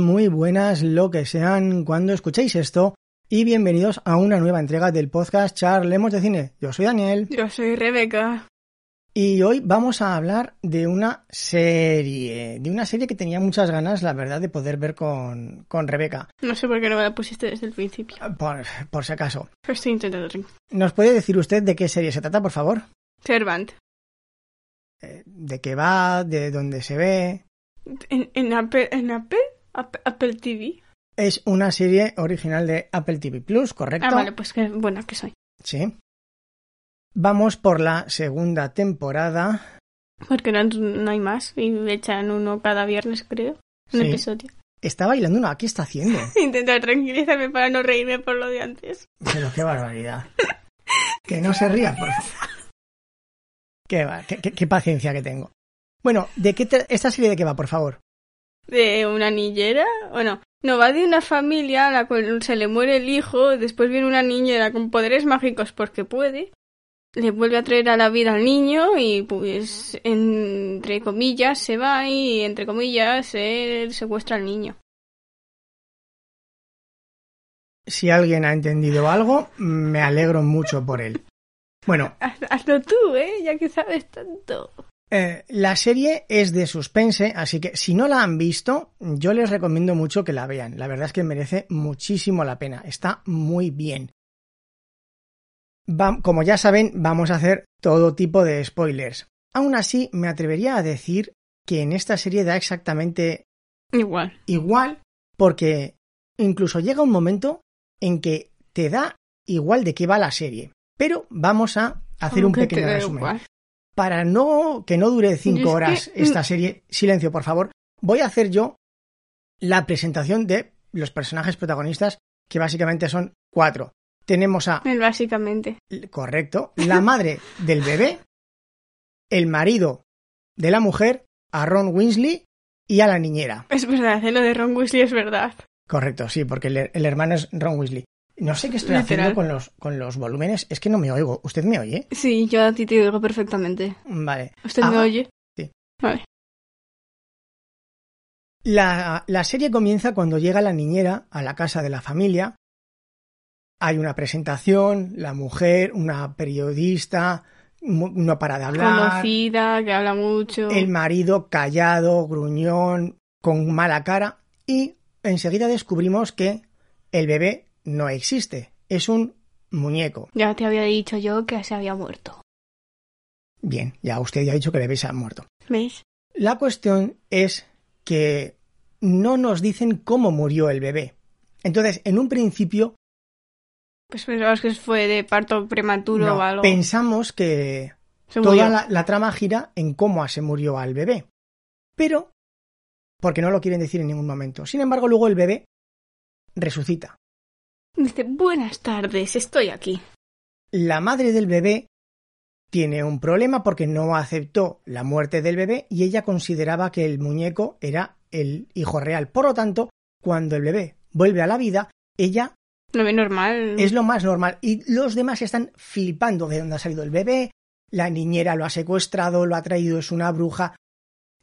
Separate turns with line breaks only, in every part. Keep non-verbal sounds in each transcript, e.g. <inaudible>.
muy buenas lo que sean cuando escuchéis esto y bienvenidos a una nueva entrega del podcast Charlemos de Cine. Yo soy Daniel
Yo soy Rebeca.
y hoy vamos a hablar de una serie, de una serie que tenía muchas ganas, la verdad, de poder ver con, con Rebeca,
No sé por qué no me la pusiste desde el principio.
por, por si acaso.
Pero estoy intentando drink.
¿Nos puede decir usted de qué serie se trata, por favor?
Servant.
Eh, ¿De qué va? ¿De dónde se ve?
En, en Apple, en Apple, App- Apple Ah, TV.
Es una serie original de Apple TV Plus, ¿correcto?
Ah, vale, pues qué buena que soy.
Sí. Vamos por la segunda temporada.
Porque no, no hay más y me echan uno cada viernes, creo. Un
Sí.
episodio. <laughs>
Está bailando una. ¿Qué está haciendo?
Intento tranquilizarme para no reírme por lo de antes.
<laughs> Pero qué barbaridad. Que no se ría, por favor. Qué, va- qué- qué- qué paciencia que tengo. Bueno, ¿de qué te- esta serie de qué va, por favor?
de una niñera, o no, no va de una familia a la cual se le muere el hijo, después viene una niñera con poderes mágicos porque puede, le vuelve a traer a la vida al niño y pues entre comillas se va y entre comillas él secuestra al niño.
Si alguien ha entendido algo, me alegro mucho por él. Bueno,
Haz- hazlo tú, eh, ya que sabes tanto.
eh, la serie es de suspense, así que si no la han visto, yo les recomiendo mucho que la vean. La verdad es que merece muchísimo la pena. Está muy bien. Va- como ya saben, vamos a hacer todo tipo de spoilers. Aún así, me atrevería a decir que en esta serie da exactamente
Igual.
igual, porque incluso llega un momento en que te da igual de qué va la serie. Pero vamos a hacer un
Aunque te
pequeño
da
resumen.
igual.
Para no que no dure
Yo
cinco
es
horas
que- mm,
esta serie, silencio, por favor. Voy a hacer yo la presentación de los personajes protagonistas, que básicamente son cuatro. Tenemos a
Él básicamente.
Correcto.
<laughs>
La madre del bebé, el marido de la mujer, a Ron Winsley y a la niñera.
Es verdad, eh, lo de Ron Weasley es verdad.
Correcto, sí, porque el, el hermano es Ron Weasley. No sé qué estoy haciendo
Literal.
con los, con los volúmenes, es que no me oigo. ¿Usted me oye?
Sí, yo a ti te oigo perfectamente.
Vale.
¿Usted me
Ah,
oye?
La, la serie comienza cuando llega la niñera a la casa de la familia. Hay una presentación, la mujer, una periodista, mu- no para de hablar.
Conocida, que habla mucho.
El marido callado, gruñón, con mala cara. Y enseguida descubrimos que el bebé no existe. Es un muñeco.
Ya te había dicho yo que se había muerto.
Bien, ya usted ya ha dicho que el bebé se ha muerto.
¿Ves?
La cuestión es que no nos dicen cómo murió el bebé. Entonces, en un principio
Pues pensabas que fue de parto prematuro
no,
o algo.
pensamos que
Se murió.
toda la, la trama gira en cómo se murió al bebé. Pero, porque no lo quieren decir en ningún momento. Sin embargo, luego el bebé resucita.
Dice, buenas tardes, estoy aquí.
La madre del bebé tiene un problema porque no aceptó la muerte del bebé y ella consideraba que el muñeco era el hijo real. Por lo tanto, cuando el bebé vuelve a la vida, ella
Lo ve normal.
es lo más normal y los demás están flipando de dónde ha salido el bebé, la niñera lo ha secuestrado, lo ha traído, es una bruja,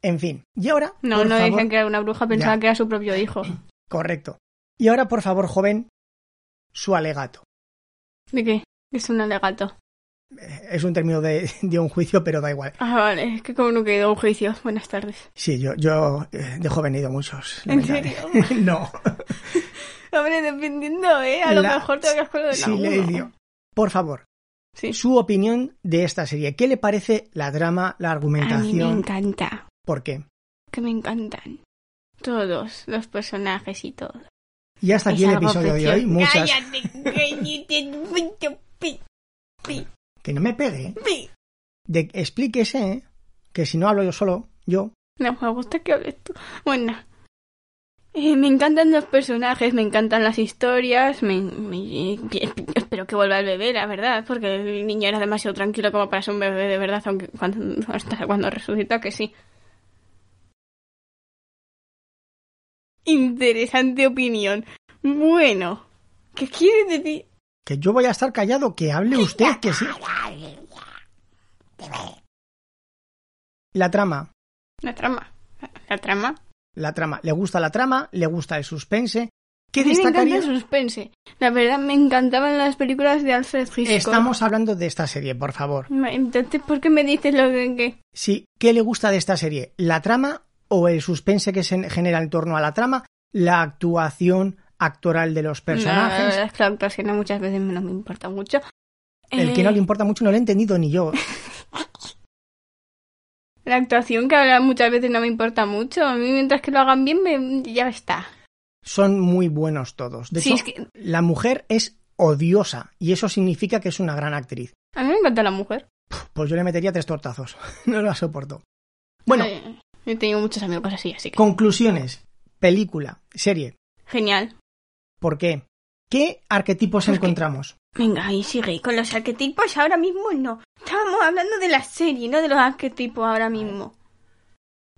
en fin. Y ahora...
No,
por
no
favor-
dicen que era una bruja, pensaba que era su propio hijo.
Correcto. Y ahora, por favor, joven, su alegato.
¿De qué? Es un alegato.
Eh, Es un término de- <laughs> de un juicio, pero da igual.
Ah, vale, es que como no quedó un juicio. Buenas tardes.
Sí, yo, yo eh, de joven he ido a muchos.
¿En
lamentable. <laughs>
serio? <laughs>
no,
Hombre, dependiendo, ¿eh? A lo
La-
mejor te habías con lo de la
silencio.
uno.
Por favor,
Sí.
su opinión de esta serie. ¿Qué le parece la drama, la
A mí me
argumentación?
encanta.
¿Por qué?
Que me encantan. Todos los personajes y todo.
Y hasta aquí
Es
el
algo
episodio de hoy.
precioso.
Muchas.
Cállate, cállate, mucho, pi, pi,
Que no me pegue.
pi.
De, explíquese, eh, que si no hablo yo solo, yo.
No, me gusta que hables tú. Bueno. Eh, me encantan los personajes, me encantan las historias, me, me- espero que vuelva el bebé, la verdad, porque el niño era demasiado tranquilo como para ser un bebé de verdad, aunque cuando, hasta cuando resucita que sí. Interesante opinión. Bueno, ¿qué quieres decir?
Que yo voy a estar callado, que hable usted, que sí. La trama.
La trama. La trama.
la trama. Le gusta la trama, le gusta el suspense. ¿Qué
A mí me encanta
destacaría?
el suspense. La verdad, me encantaban las películas de Alfred Hitchcock.
Estamos hablando de esta serie, por favor.
Ma- Entonces, ¿por qué me dices lo que... que-
Sí, ¿qué le gusta de esta serie? ¿La trama o el suspense que se genera en torno a la trama? ¿La actuación actoral de los
No, la
personajes?
verdad es que la actuación a muchas veces no me importa mucho.
El
Eh,
que no le importa mucho no lo he entendido ni yo.
La actuación que ahora muchas veces no me importa mucho. A mí mientras que lo hagan bien, me- ya está.
Son muy buenos todos. De
Sí,
hecho,
es que
la mujer es odiosa y eso significa que es una gran actriz.
a mí me encanta la mujer.
Pues yo le metería tres tortazos. <laughs> No la soporto. Bueno,
Eh, Yo he tenido muchos amigos así, así que...
conclusiones. Película, serie.
Genial.
¿Por qué? ¿Qué arquetipos
Porque-
encontramos?
Venga, ahí sigue. Con los arquetipos ahora mismo no. Estábamos hablando de la serie, no de los arquetipos ahora mismo.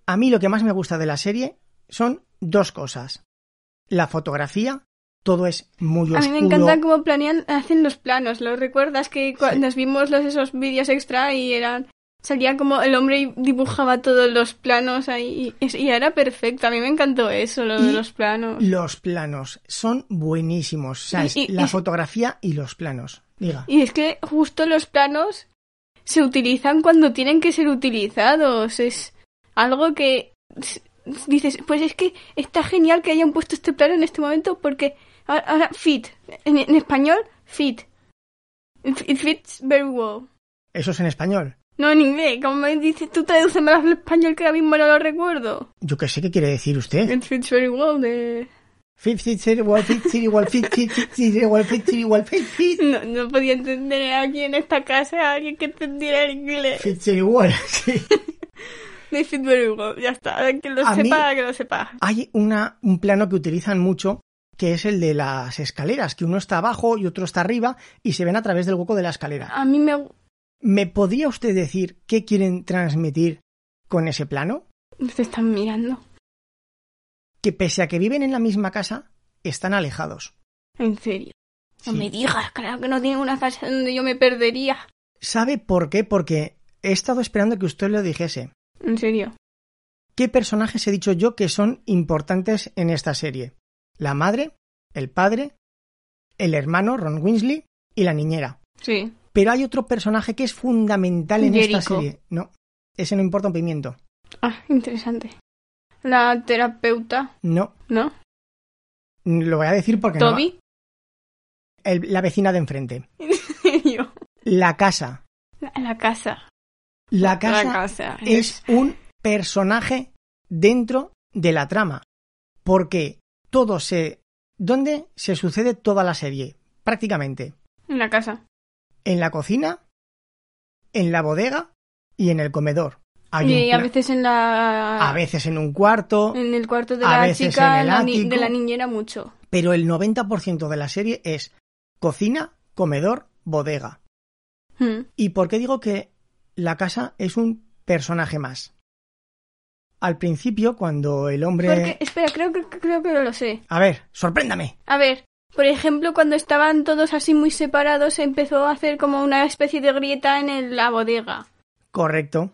A mí lo que más me gusta de la serie son dos cosas. La fotografía, todo es muy
A
oscuro.
mí me encanta cómo planean, hacen los planos. ¿Lo recuerdas que
Sí.
cuando vimos los, esos vídeos extra y eran salía como el hombre y dibujaba todos los planos ahí y, y era perfecto. A mí me encantó eso, lo de
Y
los planos.
Los planos son buenísimos. O sea,
Y-
es
y-
la
y-
fotografía y los planos. Diga.
Y es que justo los planos se utilizan cuando tienen que ser utilizados. Es algo que s- dices, pues es que está genial que hayan puesto este plano en este momento porque ahora, ahora fit, en, en español fit. It it fits very well.
Eso es en español.
No, en inglés, como me dices tú, tradúcemelo al español que ahora mismo no lo recuerdo.
Yo qué sé qué quiere decir usted.
It fits very well de...
Fifty, zero, igual fifty, igual fifty, fifty, zero, igual fifty, igual fifty.
No, no podía entender aquí en esta casa a alguien que entendiera el inglés.
Fifty, igual, sí.
It fits very well, ya está. Que lo
A mí-
sepa, que lo sepa.
Hay una, un plano que utilizan mucho que es el de las escaleras, que uno está abajo y otro está arriba y se ven a través del hueco de la escalera.
A mí me...
¿Me podría usted decir qué quieren transmitir con ese plano?
Te están mirando.
Que pese a que viven en la misma casa, están alejados.
En serio. No
Sí.
me digas, claro que no tiene una casa donde yo me perdería.
¿Sabe por qué? Porque he estado esperando que usted lo dijese.
En serio.
¿Qué personajes he dicho yo que son importantes en esta serie? La madre, el padre, el hermano Ron Winsley y la niñera.
Sí.
Pero hay otro personaje que es fundamental en esta
Jericho.
serie. No, ese no importa un pimiento.
Ah, interesante. La terapeuta,
No,
¿no?
lo voy a decir porque no va-
Toby.
el- la vecina de enfrente.
y <laughs> yo.
La casa.
La, la casa.
La casa,
la casa.
es un personaje dentro de la trama. Porque todo se. ¿Dónde se sucede toda la serie? Prácticamente.
En la casa.
En la cocina, en la bodega y en el comedor. Hay un
y a
pla-
veces en la...
a veces en un cuarto,
En el cuarto de
a
la
veces en
chica,
el
la ni- de
ático.
la niñera mucho.
pero el 90% de la serie es cocina, comedor, bodega.
Mm.
¿Y por qué digo que la casa es un personaje más? Al principio, cuando el hombre.
Porque, espera, creo que, creo que lo sé.
A ver, sorpréndame.
A ver, por ejemplo, cuando estaban todos así muy separados, se empezó a hacer como una especie de grieta en el- la bodega.
Correcto.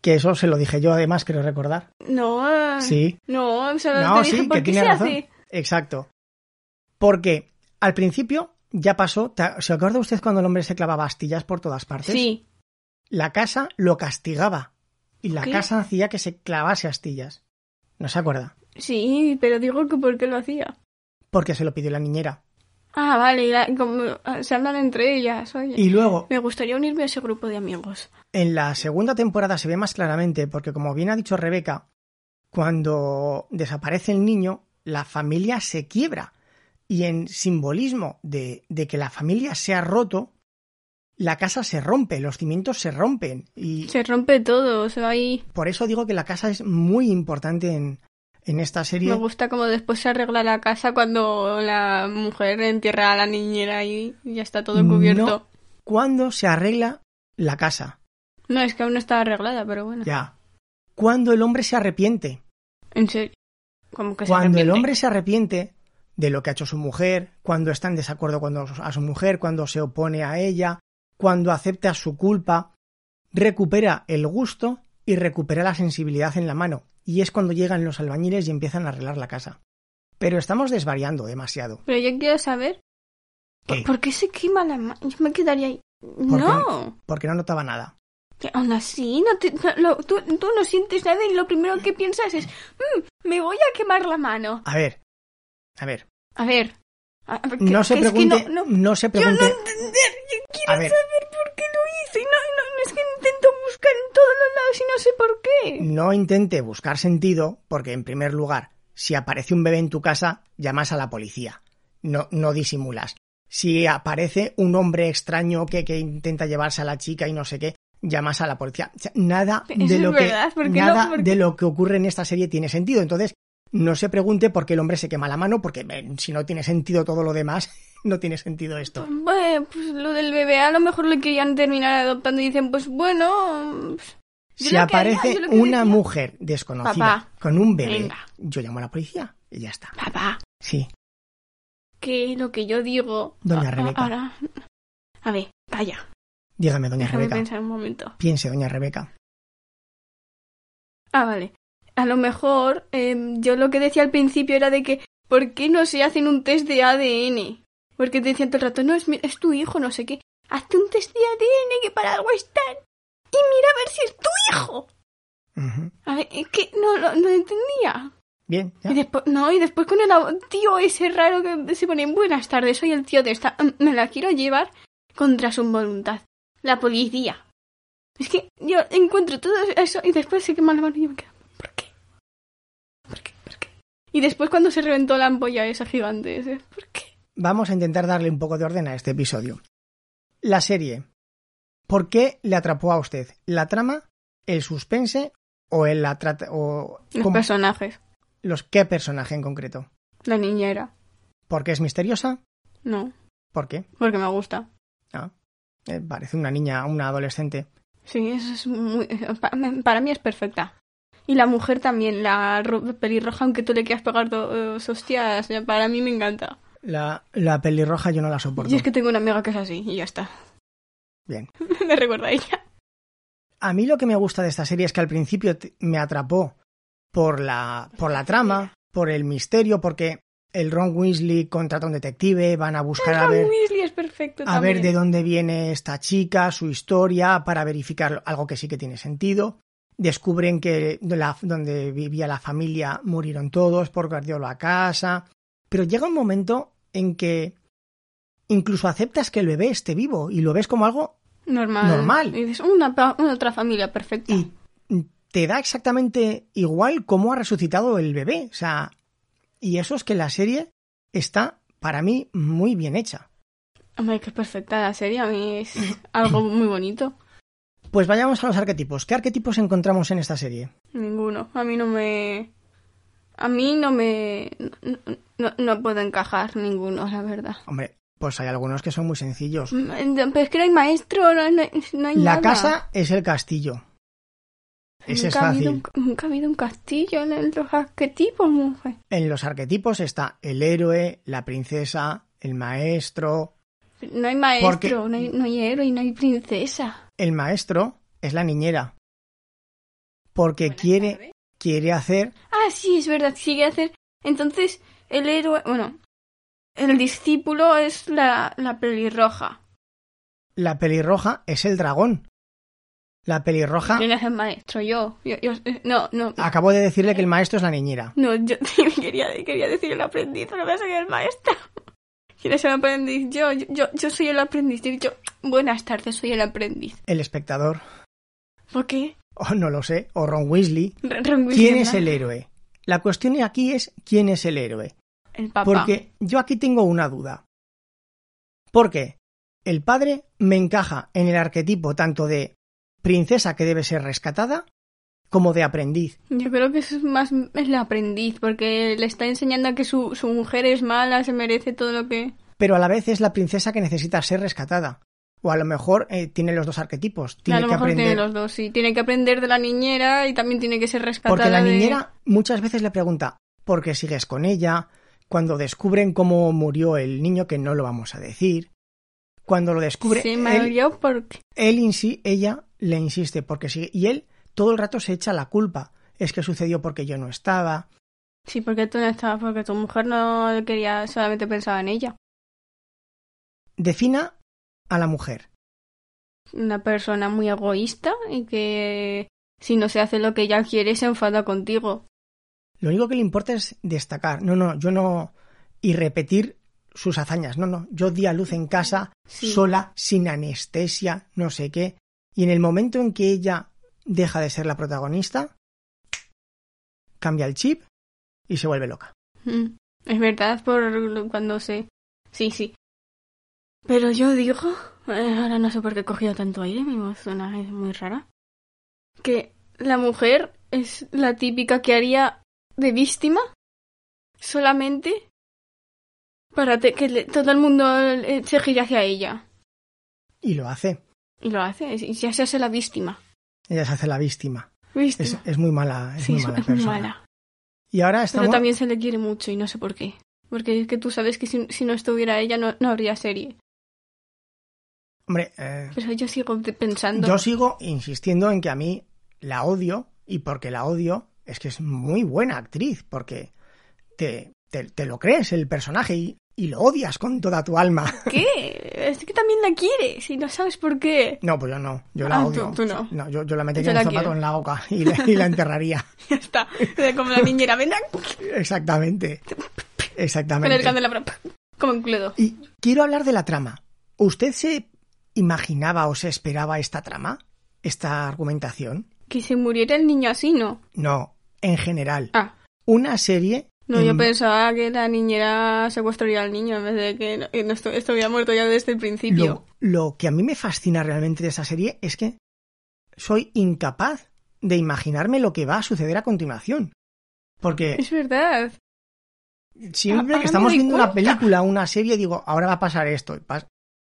Que eso se lo dije yo, además, creo recordar.
No.
Sí,
No, solo
No,
te dije
sí,
por
que
qué
tiene
se
razón.
hace.
exacto. Porque al principio ya pasó. ¿te- ¿Se acuerda usted cuando el hombre se clavaba astillas por todas partes?
Sí.
La casa lo castigaba. Y la
¿Qué?
casa hacía que se clavase astillas. ¿No se acuerda?
Sí, pero digo que por qué lo hacía.
Porque se lo pidió la niñera.
Ah, vale, y la- como, ah, se hablan entre ellas. oye.
Y luego,
Me gustaría unirme a ese grupo de amigos.
en la segunda temporada se ve más claramente, porque como bien ha dicho Rebeca, cuando desaparece el niño, la familia se quiebra. Y en simbolismo de, de que la familia se ha roto, la casa se rompe, los cimientos se rompen. Y
Se rompe todo, o sea, ahí
por eso digo que la casa es muy importante en, en esta
me
serie.
gusta como después se arregla la casa cuando la mujer entierra a la niñera y ya está todo cubierto.
¿Cuándo se arregla la casa?
No, es que aún no está arreglada, pero bueno.
Ya. Cuando el hombre se arrepiente.
En serio. Como que se
cuando el
arrepiente.
hombre se arrepiente de lo que ha hecho su mujer, cuando está en desacuerdo con a su mujer, cuando se opone a ella, cuando acepta su culpa, recupera el gusto y recupera la sensibilidad en la mano. y es cuando llegan los albañiles y empiezan a arreglar la casa. Pero estamos desvariando demasiado. ¿eh?
Pero yo quiero saber
¿Qué?
por qué se quema la mano. Yo me quedaría ahí.
qué?
No.
Porque no notaba nada.
Que aún así, no te- no- lo- tú, tú no sientes nada y lo primero que piensas es, "Mm, me voy a quemar la mano.
A ver, a ver,
A ver. a- a ver, que-
no se
que es que
pregunte,
no- no-
no se
Yo no
pregunte,
entender, yo quiero
A ver.
saber por qué lo hice. y No, no, no es que intento buscar en todos los lados y no sé por qué.
no intente buscar sentido, porque en primer lugar, si aparece un bebé en tu casa, llamas a la policía. No, no disimulas. Si aparece un hombre extraño que, que intenta llevarse a la chica y no sé qué, llamas a la policía. O sea, nada
<laughs> Eso
de
es
lo
verdad,
que
¿por qué no?
nada
Porque-
de lo que ocurre en esta serie tiene sentido. Entonces, no se pregunte por qué el hombre se quema la mano, porque eh, si no tiene sentido todo lo demás, <laughs> no tiene sentido esto.
Bueno, pues lo del bebé a lo mejor lo querían terminar adoptando y dicen, pues bueno, pues, Yo
Si
lo que haría,
aparece
yo lo que
una
decía-
mujer desconocida
Papá,
con un bebé,
venga.
yo llamo a la policía y ya está.
papá,
Sí,
que lo que yo digo...
Doña
a- a-
Rebeca.
ahora- A ver, calla,
dígame, doña
déjame
Rebeca.
pensar un momento.
Piense, doña Rebeca.
Ah, vale. A lo mejor eh, yo lo que decía al principio era de que, ¿por qué no se hacen un test de ADN? Porque te decían todo el rato, no, es, mi- es tu hijo, no sé qué. Hazte un test de ADN que para algo están. Y mira a ver si es tu hijo.
Ujú.
A ver, es que no lo no entendía.
Bien, ya.
Y después, no, y después con el abo- tío ese raro que se pone buenas tardes, soy el tío de esta, mm, me la quiero llevar contra su voluntad. La policía. Es que yo encuentro todo eso y después se quema la mano y yo me quedo, ¿por qué? ¿Por qué? ¿Por qué? Y después cuando se reventó la ampolla esa gigante, ese, ¿por qué?
Vamos a intentar darle un poco de orden a este episodio. La serie. ¿Por qué le atrapó a usted? ¿La trama, el suspense o el atrata- o
Los
cómo-
personajes.
los qué personaje en concreto?
La niñera.
¿Por qué es misteriosa?
No,
¿Por qué?
porque me gusta.
Ah, eh, parece una niña, una adolescente.
Sí, eso es muy... pa- Para mí es perfecta. Y la mujer también, la ro- pelirroja, aunque tú le quieras pegar dos hostias, ya para mí me encanta.
La, la pelirroja yo no la soporto.
Y es que tengo una amiga que es así, y ya está. <laughs>
Bien.
me recuerda a ella.
A mí lo que me gusta de esta serie es que al principio te- me atrapó por la, por la trama, por el misterio, porque el Ron Weasley contrata a un detective, van a buscar a
Ron
ver,
<laughs> Weasley es perfecto
a ver
también.
de dónde viene esta chica, su historia, para verificar algo que sí que tiene sentido. Descubren que de la- donde vivía la familia murieron todos por perdió la casa. Pero llega un momento en que incluso aceptas que el bebé esté vivo y lo ves como algo
Normal.
Normal.
Y dices, una, pa- una otra familia perfecta.
y te da exactamente igual cómo ha resucitado el bebé. O sea, y eso es que la serie está, para mí, muy bien hecha.
Hombre, que es perfecta la serie, a mí es <coughs> algo muy bonito.
Pues vayamos a los arquetipos. ¿Qué arquetipos encontramos en esta serie?
Ninguno. A mí no me... A mí no me... No, no- no puedo encajar ninguno, la verdad.
Hombre, pues hay algunos que son muy sencillos.
Mm, Pero es que no hay maestro, no, no- no hay
La
nada.
casa es el castillo. Ese es
Nunca ha habido
fácil.
un- nunca ha habido un castillo en el- los arquetipos, mujer.
En los arquetipos está el héroe, la princesa, el maestro.
No hay maestro,
Porque-
no, hay, no hay héroe y no hay princesa.
El maestro es la niñera. Porque quiere, quiere hacer
Ah, sí, es verdad, sigue a hacer. Entonces, el héroe. Bueno, el discípulo es la, la pelirroja.
La pelirroja es el dragón. La pelirroja.
¿Quién es el maestro? Yo. yo, yo- no, no.
Acabo de decirle que el maestro es la niñera.
No, yo <laughs> quería, quería decir el aprendiz, pero me que el maestro. ¿Quién es el aprendiz? Yo, yo, yo, yo soy el aprendiz. Yo, yo- buenas tardes, soy el aprendiz.
El espectador. <laughs>
¿Por qué?
O no lo sé. O Ron Weasley.
Re- re-
¿Quién es el héroe? La cuestión aquí es quién es el héroe.
El papá.
Porque yo aquí tengo una duda. Porque el padre me encaja en el arquetipo tanto de princesa que debe ser rescatada como de aprendiz.
Yo creo que eso es más el aprendiz, porque le está enseñando a que su, su mujer es mala, se merece todo lo que...
Pero a la vez es la princesa que necesita ser rescatada. O a lo mejor eh, tiene los dos arquetipos. Tiene
a lo
que
mejor
aprender.
tiene los dos, sí. Tiene que aprender de la niñera y también tiene que ser rescatada
Porque la
de-
niñera muchas veces le pregunta, ¿por qué sigues con ella? Cuando descubren cómo murió el niño, que no lo vamos a decir. Cuando lo descubre,
Se
él,
murió porque...
él insi- ella le insiste, porque sigue. Y él todo el rato se echa la culpa. es que sucedió porque yo no estaba.
Sí, porque tú no estabas, porque tu mujer no quería, solamente pensaba en ella.
Defina a la mujer.
Una persona muy egoísta y que si no se hace lo que ella quiere se enfada contigo.
Lo único que le importa es destacar. No, no, yo no. Y repetir sus hazañas. No, no. Yo di a luz en casa,
Sí.
sola, sin anestesia, no sé qué. Y en el momento en que ella deja de ser la protagonista, cambia el chip y se vuelve loca.
Mm, Es verdad, por lo- cuando se... Sí, sí. Pero yo digo... eh, ahora no sé por qué he cogido tanto aire, mi voz suena es muy rara. Que la mujer es la típica que haría de víctima solamente para te- que le- todo el mundo eh, se gire hacia ella.
Y lo hace.
Y lo hace, y ya se hace la víctima.
Ella se hace la víctima.
¿Víctima?
Es, es muy mala. Es
sí,
muy
es
mala
es muy
persona.
mala.
Y ahora
Pero
estamos.
también se le quiere mucho y no sé por qué. Porque es que tú sabes que si, si no estuviera ella no, no habría serie.
Hombre, eh,
Pero yo sigo de- pensando.
yo sigo insistiendo en que a mí la odio. Y porque la odio, es que es muy buena actriz. Porque te, te- te lo crees el personaje y, y lo odias con toda tu alma.
¿Qué? Es que también la quieres y no sabes por qué. <laughs>
No, pues yo no. Yo la
Ah,
odio.
tú- tú no.
yo, yo la metería
Yo
en un
la
zapato
quiero.
en la boca y la, y la enterraría. <laughs>
Ya está. Como la niñera, venga,
Exactamente.
con el
Exactamente.
candelabro. Como un cluedo.
Y quiero hablar de la trama. ¿Usted se imaginaba o se esperaba esta trama? ¿Esta argumentación?
Que se muriera el niño así, ¿no?
No, en general.
Ah,
Una serie.
no,
en-
yo pensaba que la niñera secuestraría al niño en vez de que no- que no estu- estuviera muerto ya desde el principio.
lo, lo que a mí me fascina realmente de esa serie es que soy incapaz de imaginarme lo que va a suceder a continuación. Porque
Es verdad.
Siempre
Ah,
que
ah,
estamos
me doy
viendo una
cuenta.
película, una serie, digo, ahora va a pasar esto. y pas-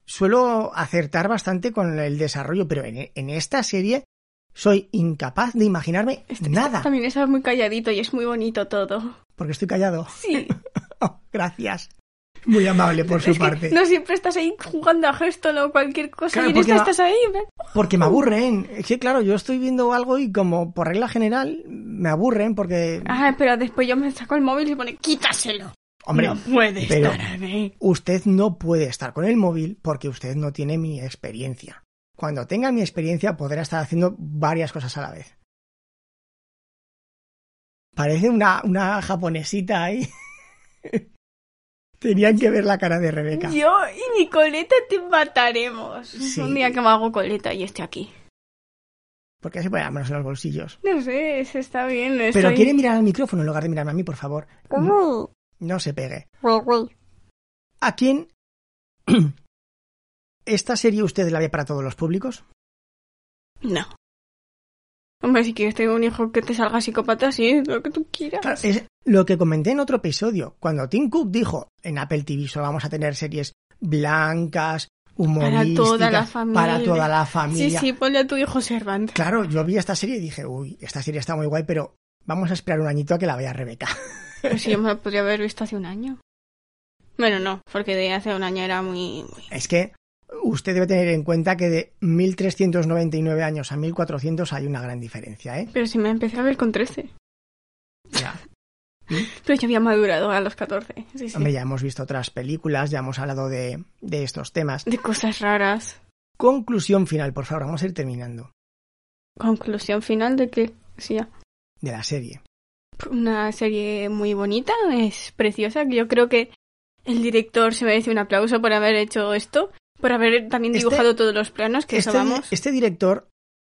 Suelo acertar bastante con el desarrollo, pero en, en esta serie soy incapaz de imaginarme nada,
También está muy calladito y es muy bonito todo.
porque estoy callado. <laughs>
Sí.
Oh, gracias. Muy amable por su
Es que
parte.
No siempre estás ahí jugando a gesto o cualquier cosa
Claro,
y en
porque
esta
va-
estás ahí. ¿ves?
Porque me aburren. Es que, claro, yo estoy viendo algo y como por regla general me aburren porque...
Ah, pero después yo me saco el móvil y pone quítaselo.
hombre,
no puede
pero-
estar ahí.
usted no puede estar con el móvil porque usted no tiene mi experiencia. Cuando tenga mi experiencia podrá estar haciendo varias cosas a la vez. Parece una, una japonesita ahí. <laughs> Tenían que ver la cara de Rebeca.
Yo y mi coleta te mataremos.
Sí.
Un día que me hago coleta y esté aquí.
Porque así pone las manos en los bolsillos.
No sé, eso está bien. Estoy...
Pero quiere mirar al micrófono en lugar de mirarme a mí, por favor. No,
Uh,
no se pegue.
güey, güey.
¿A quién? <clears throat> ¿Esta serie usted la ve para todos los públicos?
No. Hombre, si quieres tener un hijo que te salga psicópata, sí, lo que tú quieras.
Claro, es lo que comenté en otro episodio, cuando Tim Cook dijo en Apple TV solo vamos a tener series blancas, humorísticas,
toda la familia".
para toda la
sí,
familia.
sí, ponle a tu hijo Servant.
Claro, yo vi esta serie y dije, uy, esta serie está muy guay, pero vamos a esperar un añito a que la vea
<laughs>
Rebeca.
Pues sí, yo me lo podría haber visto hace un año. Bueno, no, porque de hace un año era muy... muy-
Es que usted debe tener en cuenta que de 1399 años a 1400 hay una gran diferencia,
<laughs>
¿eh?
Pero si me empecé a ver con 13.
Ya.
Pero yo había madurado a los 14. Sí, sí.
Hombre, ya hemos visto otras películas, ya hemos hablado de, de estos temas.
De cosas raras.
Conclusión final, por favor, vamos a ir terminando
Conclusión final de que sí, ya.
de la serie.
una serie muy bonita, es preciosa. que Yo creo que el director se merece un aplauso por haber hecho esto, por haber también
Este-
dibujado todos los planos, que
este,
eso vamos.
este director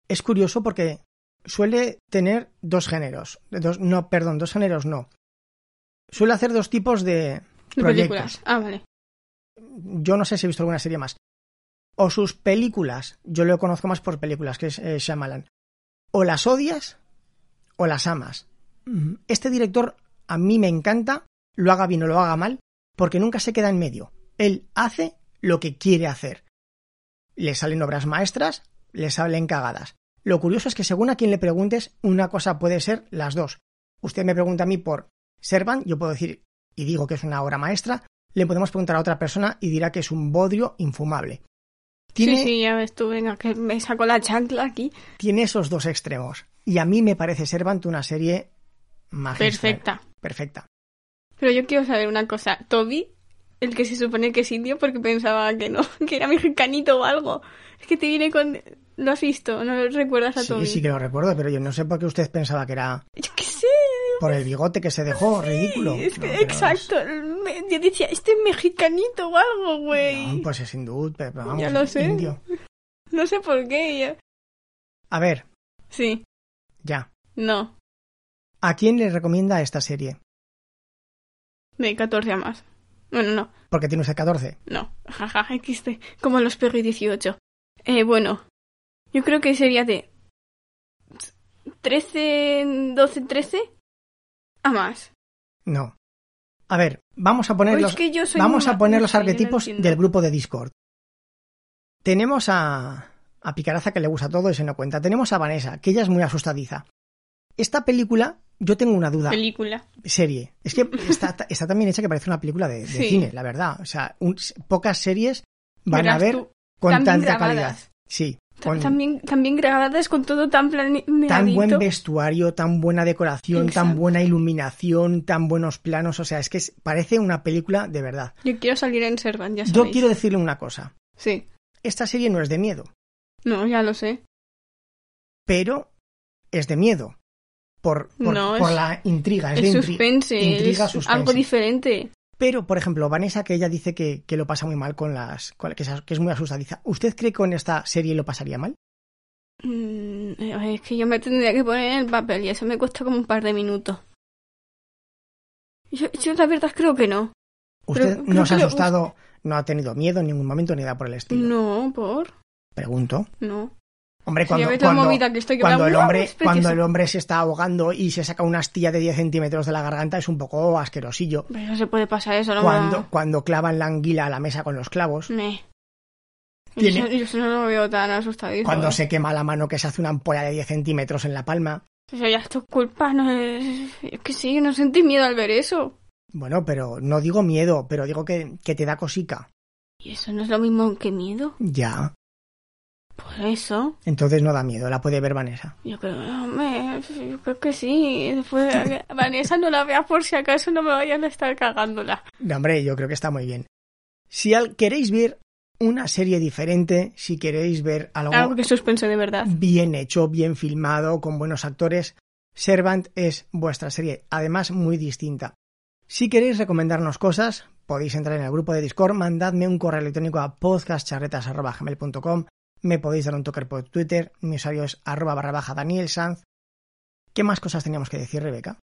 es curioso porque suele tener dos géneros. Dos, no, perdón, dos géneros no. Suele hacer dos tipos de...
De
proyectos.
películas. Ah, vale.
Yo no sé si he visto alguna serie más. O sus películas. Yo lo conozco más por películas, que es eh, Shyamalan. O las odias o las amas. Mm, Este director a mí me encanta, lo haga bien o lo haga mal, porque nunca se queda en medio. Él hace lo que quiere hacer. Le salen obras maestras, le salen cagadas. Lo curioso es que según a quien le preguntes, una cosa puede ser las dos. Usted me pregunta a mí por Servan, yo puedo decir y digo que es una obra maestra, le podemos preguntar a otra persona y dirá que es un bodrio infumable. Tiene,
Sí, sí, ya ves tú, venga, que me saco la chancla aquí.
tiene esos dos extremos. Y a mí me parece Servant una serie magistral.
Perfecta.
Perfecta.
Pero yo quiero saber una cosa. Toby, el que se supone que es indio porque pensaba que no, <laughs> que era mexicanito o algo. Es que te viene con... Lo has visto, no recuerdas a Toby.
Sí, sí que lo recuerdo, pero yo no sé por qué usted pensaba que era
Yo qué sé.
por el bigote que se dejó, ridículo.
es
No,
que-
pero
exacto. Me- Yo decía, este es mexicanito o algo,
es-
güey.
no, pues es hindú, pero vamos,
Ya lo sé.
indio.
No sé por qué. yo-
A ver,
Sí,
ya.
no.
¿A quién le recomienda esta serie?
De 14 a más. Bueno, no,
Porque tiene usted 14.
no. Jaja, XD. Como los Perry 18. Eh, bueno. Yo creo que sería de 13, 12, 13 a más.
No. A ver, vamos a poner
O es
los,
que yo soy
vamos
muy
a poner
mala,
los
yo no
arquetipos
entiendo.
del grupo de Discord. Tenemos a, a Picaraza que le gusta todo y se no cuenta. Tenemos a Vanessa, que ella es muy asustadiza. Esta película, yo tengo una duda.
película.
serie. Es
<laughs>
que está, está tan bien hecha que parece una película de, de
Sí.
cine, la verdad. O sea, un- pocas series van
Verás
a ver
tú,
con
tan bien
tanta calidad.
grabadas.
Sí.
Ta-
Con
También, también grabadas con todo tan planeadito.
tan buen vestuario, tan buena decoración, tan
Exacto.
buena iluminación, tan buenos planos. O sea, es que es- parece una película de verdad.
Yo quiero salir en Servant, ya sabéis.
Yo quiero decirle una cosa.
Sí.
Esta serie no es de miedo,
No, ya lo sé.
pero es de miedo. Por, por,
No, es-
por la intriga, es,
Es
de intri-
suspense.
intriga,
es
suspense.
algo diferente.
Pero, por ejemplo, Vanessa, que ella dice que, que lo pasa muy mal con las. con- que, es, que es muy asustadiza. ¿Usted cree que con esta serie lo pasaría mal?
Mm, eh, es que yo me tendría que poner en el papel y eso me cuesta como un par de minutos. Yo, yo la verdad creo que no.
¿Usted
Pero
no
creo
se ha
que lo-
asustado, no ha tenido miedo en ningún momento ni nada por el estilo?
No, por.
Pregunto.
No.
Hombre,
Si ya
cuando,
ves la
cuando,
movida que estoy que
cuando
me pues,
el
hago,
hombre,
es
cuando
precioso.
el hombre se está ahogando y se saca una astilla de 10 centímetros de la garganta es un poco asquerosillo.
Pero no se puede pasar eso, no Mm,
Cuando, cuando clavan la anguila a la mesa con los clavos,
me- Me.
Tiene-
Yo, eso- yo eso no lo veo tan asustadizo.
cuando se quema la mano que se hace una ampolla de 10 centímetros en la palma.
Eso ya es tu culpa, no es... Es que sí, no sentí miedo al ver eso.
Bueno, pero no digo miedo, pero digo que, que te da cosica.
Y eso no es lo mismo que miedo.
Ya.
Por eso,
Entonces no da miedo, la puede ver Vanessa.
yo creo, hombre, yo creo que sí. Después,
<laughs>
Vanessa, no la veas por si acaso no me vayan a estar cagándola.
No, hombre, yo creo que está muy bien. Si al- queréis ver una serie diferente, si queréis ver algo,
Algo que suspense de verdad.
bien hecho, bien filmado, con buenos actores, Servant es vuestra serie, además muy distinta. Si queréis recomendarnos cosas, podéis entrar en el grupo de Discord, mandadme un correo electrónico a podcastcharretas.gmail.com, me podéis dar un toque por Twitter, mi usuario es arroba barra baja Daniel Sanz. ¿Qué más cosas teníamos que decir, Rebeca?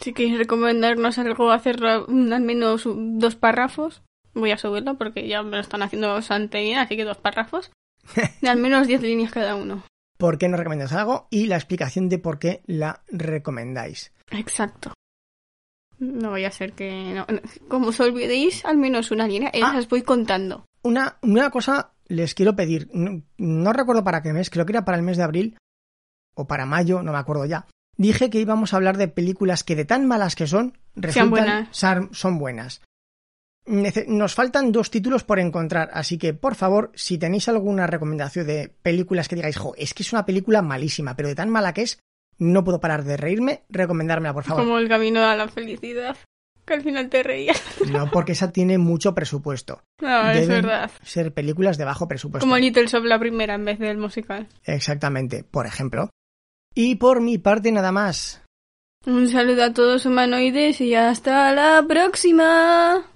Si queréis recomendarnos algo, hacerlo mm, al menos dos párrafos. Voy a subirlo porque ya me lo están haciendo bastante bien, así que
<laughs>
dos párrafos. De al menos diez líneas cada uno.
por qué nos recomendáis algo y la explicación de por qué la recomendáis.
Exacto. No voy a ser que... No. no. Como os olvidéis, al menos una línea. y
Ah.
las voy contando.
Una, una cosa les quiero pedir, no, no recuerdo para qué mes, creo que era para el mes de abril o para mayo, no me acuerdo ya. Dije que íbamos a hablar de películas que de tan malas que son, resultan
buenas.
sar- son buenas. Nece- Nos faltan dos títulos por encontrar, así que por favor, si tenéis alguna recomendación de películas que digáis, jo, es que es una película malísima, pero de tan mala que es, no puedo parar de reírme, recomendármela, por favor.
Como el camino a la felicidad. Que al final te reías. <laughs>
No, porque esa tiene mucho presupuesto.
No, es
Deben
verdad.
ser películas de bajo presupuesto.
Como Little Shop la primera en vez del musical.
Exactamente, por ejemplo. Y por mi parte nada más.
Un saludo a todos humanoides y hasta la próxima.